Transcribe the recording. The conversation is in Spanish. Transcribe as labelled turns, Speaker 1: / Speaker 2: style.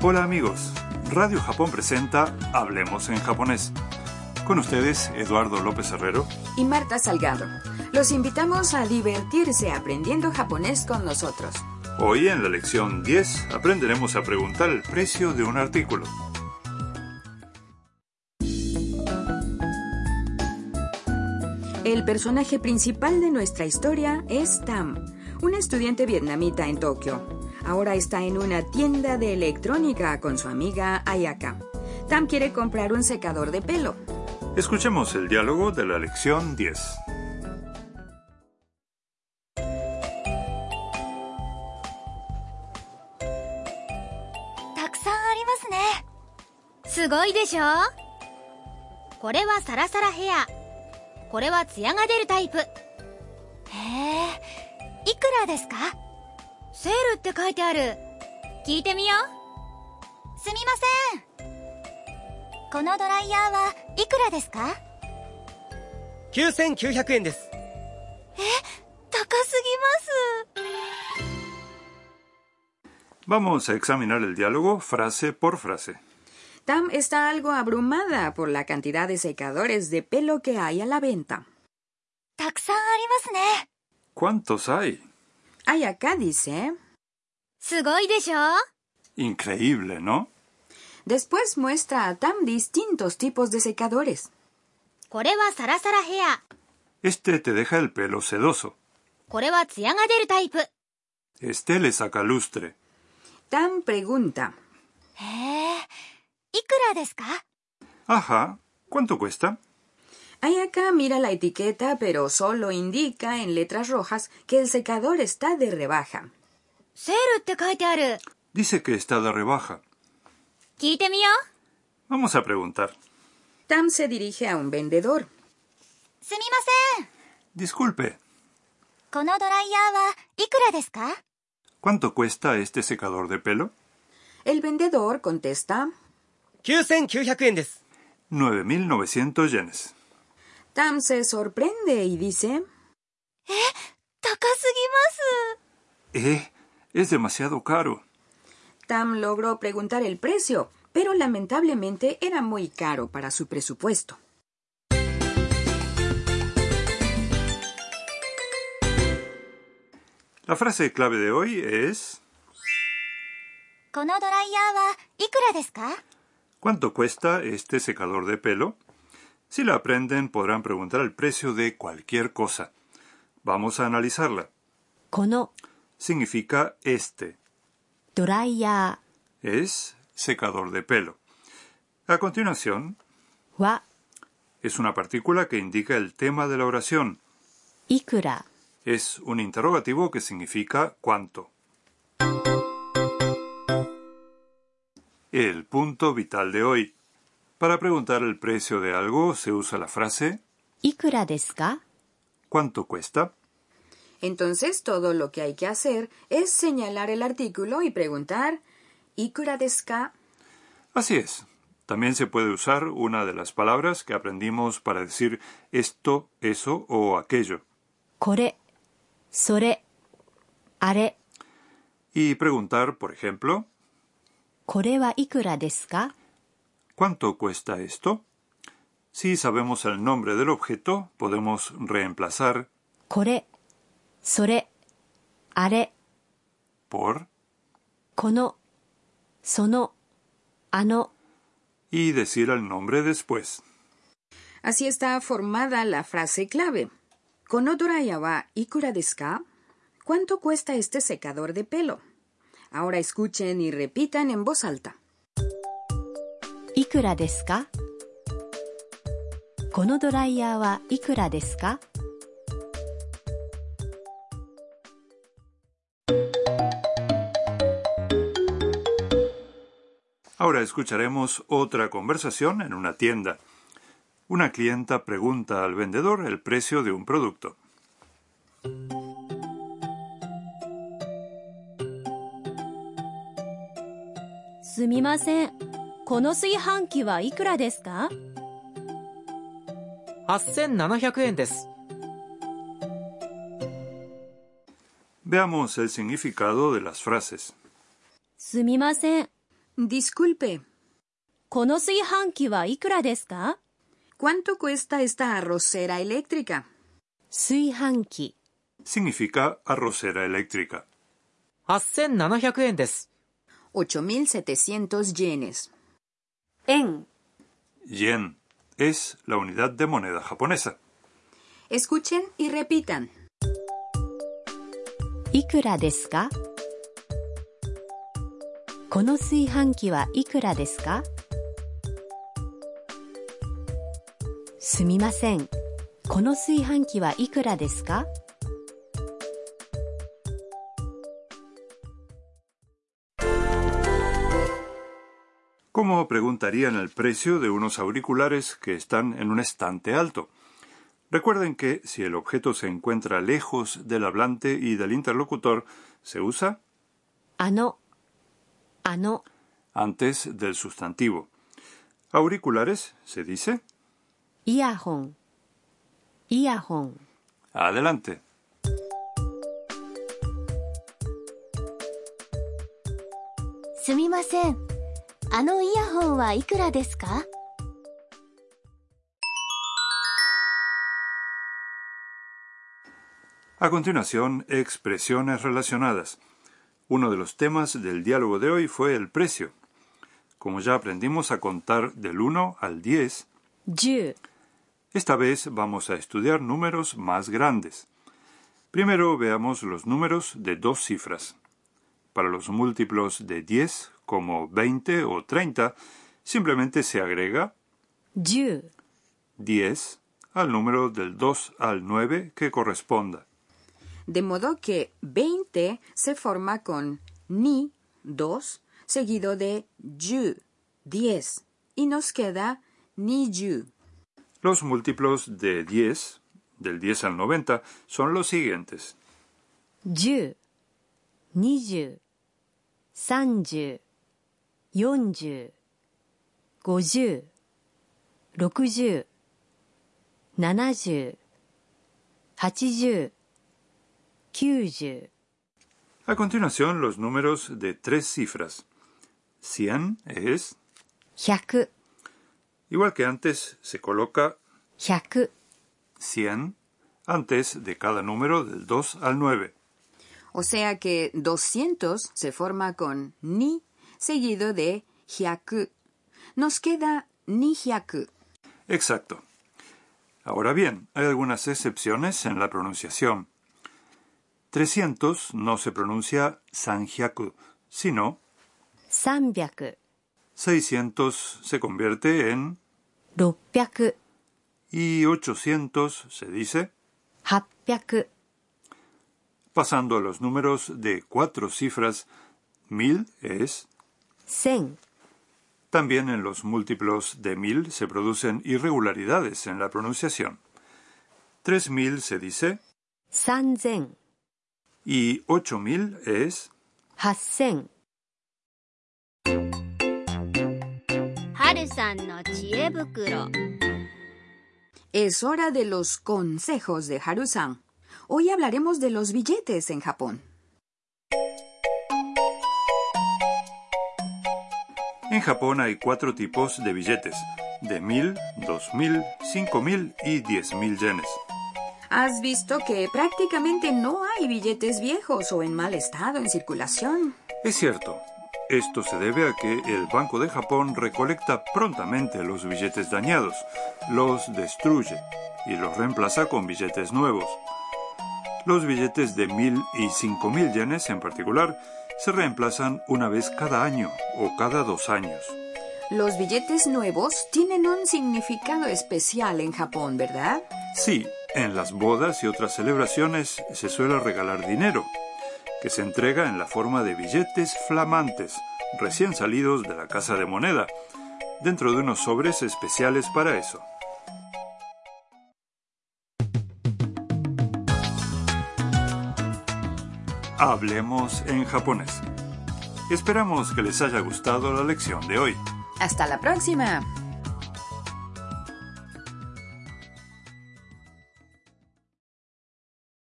Speaker 1: Hola amigos, Radio Japón presenta Hablemos en japonés. Con ustedes, Eduardo López Herrero.
Speaker 2: y Marta Salgado. Los invitamos a divertirse aprendiendo japonés con nosotros.
Speaker 1: Hoy en la lección 10 aprenderemos a preguntar el precio de un artículo.
Speaker 2: El personaje principal de nuestra historia es Tam, una estudiante vietnamita en Tokio. Ahora está en una tienda de electrónica con su amiga Ayaka. Tam quiere comprar un secador de pelo.
Speaker 1: Escuchemos el diálogo de la lección 10.
Speaker 3: たくさんありますねすごいでしょこれはサラサラヘアこれはツヤが出るタイプへえいくらですかセールって書いてある聞いてみようすみませんこのドライヤーはいくらですか
Speaker 4: 9900円です
Speaker 3: 高すぎます
Speaker 1: Vamos a examinar el diálogo frase por frase.
Speaker 2: Tam está algo abrumada por la cantidad de secadores de pelo que hay a la venta.
Speaker 3: たくさんありますね
Speaker 1: ¿Cuántos hay?
Speaker 2: Ayaka dice,
Speaker 3: すごいでしょ
Speaker 1: Increíble, ¿no?
Speaker 2: después muestra a Tam distintos tipos de secadores.
Speaker 3: これはサラサラヘア
Speaker 1: Este te deja el pelo sedoso.
Speaker 3: これはツヤが出るタイプ
Speaker 1: Este le saca lustre.
Speaker 2: Tam pregunta,
Speaker 3: へえ、いくらですか
Speaker 1: Ajá, ¿cuánto cuesta?
Speaker 2: Ayaka mira la etiqueta, pero solo indica en letras rojas que el secador está de rebaja.
Speaker 3: セールって書いてある。
Speaker 1: Dice que está de rebaja.
Speaker 3: 聞いてみよう。
Speaker 1: Vamos a preguntar.
Speaker 2: Tam se dirige a un vendedor.
Speaker 3: すみません。
Speaker 1: Disculpe,
Speaker 3: このドライヤーはいくらですか
Speaker 1: ¿cuánto cuesta este secador de pelo?
Speaker 2: El vendedor contesta.
Speaker 4: 9900円です
Speaker 1: 9.900 yenes.
Speaker 2: Tam se sorprende y dice,
Speaker 3: 高すぎま
Speaker 1: Eh, es demasiado caro.
Speaker 2: Tam logró preguntar el precio, pero lamentablemente era muy caro para su presupuesto.
Speaker 1: La frase clave de hoy es
Speaker 3: す。このドライヤーはいくらですか
Speaker 1: ¿cuánto cuesta este secador de pelo? Si la aprenden podrán preguntar el precio de cualquier cosa. Vamos a analizarla.
Speaker 5: この
Speaker 1: Significa este.
Speaker 5: ドライヤ
Speaker 1: Es secador de pelo. A continuación,
Speaker 5: ーは
Speaker 1: es una partícula que indica el tema de la oración.
Speaker 5: いくら
Speaker 1: Es un interrogativo que significa cuánto. El punto vital de hoy. Para preguntar el precio de algo se usa la frase
Speaker 5: いくらですか
Speaker 1: ¿cuánto cuesta?
Speaker 2: Entonces todo lo que hay que hacer es señalar el artículo y preguntar, ¿Ikura desu ka?".
Speaker 1: Así es. También se puede usar una de las palabras que aprendimos para decir esto, eso o aquello
Speaker 5: これそれあれ
Speaker 1: y preguntar, por ejemplo,
Speaker 5: これはいくらですか
Speaker 1: ¿Cuánto cuesta esto? Si sabemos el nombre del objeto, podemos reemplazar
Speaker 5: これそれあれ
Speaker 1: por
Speaker 5: このそのあの
Speaker 1: y decir el nombre después.
Speaker 2: Así está formada la frase clave. Konodoraya wa ikura desu ka? ¿Cuánto cuesta este secador de pelo? Ahora escuchen y repitan en voz alta.
Speaker 5: いくらですかこのドライヤーはいくらですか
Speaker 1: Ahora escucharemos otra conversación en una tienda. Una clienta pregunta al vendedor el precio de un producto.
Speaker 5: すみませんこの炊飯器はいくらですか
Speaker 6: 8700円です。
Speaker 1: Veamos el significado de las frases.
Speaker 5: すみません
Speaker 2: No Disculpe,
Speaker 5: この炊飯器はいくらですか
Speaker 2: ¿cuánto cuesta esta arrocera eléctrica?
Speaker 7: 炊飯器
Speaker 1: significa arrocera eléctrica.
Speaker 6: 8700円です。
Speaker 2: 8.700 yenes.
Speaker 7: 円
Speaker 1: Yen es la unidad de moneda japonesa.
Speaker 2: Escuchen y repitan.
Speaker 7: いくらですかこの炊飯器はいくらですかすみませんこの炊飯器はいくらですか
Speaker 1: ¿Cómo preguntarían el precio de unos auriculares que están en un estante alto? Recuerden que si el objeto se encuentra lejos del hablante y del interlocutor, se usa
Speaker 7: あのあの
Speaker 1: antes del sustantivo. Auriculares se dice
Speaker 7: イヤホンイヤホン
Speaker 1: adelante.
Speaker 3: すみませんあのイヤホンはいくらですか
Speaker 1: A continuación, expresiones relacionadas. Uno de los temas del diálogo de hoy fue el precio. Como ya aprendimos a contar del 1 al 10,
Speaker 7: 10
Speaker 1: Esta vez vamos a estudiar números más grandes. Primero veamos los números de dos cifras. Para los múltiplos de 10, como 20 o 30, simplemente se agrega
Speaker 7: 10
Speaker 1: 10 al número del 2 al 9 que corresponda.
Speaker 2: De modo que 20 se forma con ni 2 seguido de yu 10 y nos queda ni yu.
Speaker 1: Los múltiplos de 10, del 10 al 90, son los siguientes.
Speaker 7: 10 20 30 40 50 60 70 80 90
Speaker 1: A continuación, los números de tres cifras. 100 es,
Speaker 7: 100
Speaker 1: igual que antes, se coloca
Speaker 7: 100
Speaker 1: 100 antes de cada número del 2 al 9.
Speaker 2: O sea que 200 se forma con ni seguido de hyaku. Nos queda ni hyaku.
Speaker 1: Exacto. Ahora bien, hay algunas excepciones en la pronunciación. 300 no se pronuncia sanjiaku, sino
Speaker 7: 300
Speaker 1: 600 se convierte en
Speaker 7: 600
Speaker 1: y 800 se dice,
Speaker 7: 800
Speaker 1: pasando a los números de cuatro cifras, 1000 es.
Speaker 7: 1000
Speaker 1: También en los múltiplos de 1000 se producen irregularidades en la pronunciación. 3000 se dice
Speaker 7: 3000
Speaker 1: y 8000 es
Speaker 7: 8000
Speaker 3: はるさんの知恵袋
Speaker 2: Es hora de los consejos de Harusan. Hoy hablaremos de los billetes en Japón.
Speaker 1: En Japón hay cuatro tipos de billetes, de 1000, 2000, 5000 y 10000 yenes.
Speaker 2: Has visto que prácticamente no hay billetes viejos o en mal estado en circulación.
Speaker 1: Es cierto, esto se debe a que el Banco de Japón recolecta prontamente los billetes dañados, los destruye y los reemplaza con billetes nuevos. Los billetes de 1000 y 5000 yenes en particular se reemplazan una vez cada año o cada dos años.
Speaker 2: Los billetes nuevos tienen un significado especial en Japón, ¿verdad?
Speaker 1: Sí, en las bodas y otras celebraciones se suele regalar dinero, que se entrega en la forma de billetes flamantes, recién salidos de la casa de moneda, dentro de unos sobres especiales para eso. Hablemos en japonés. Esperamos que les haya gustado la lección de hoy.
Speaker 2: Hasta la próxima.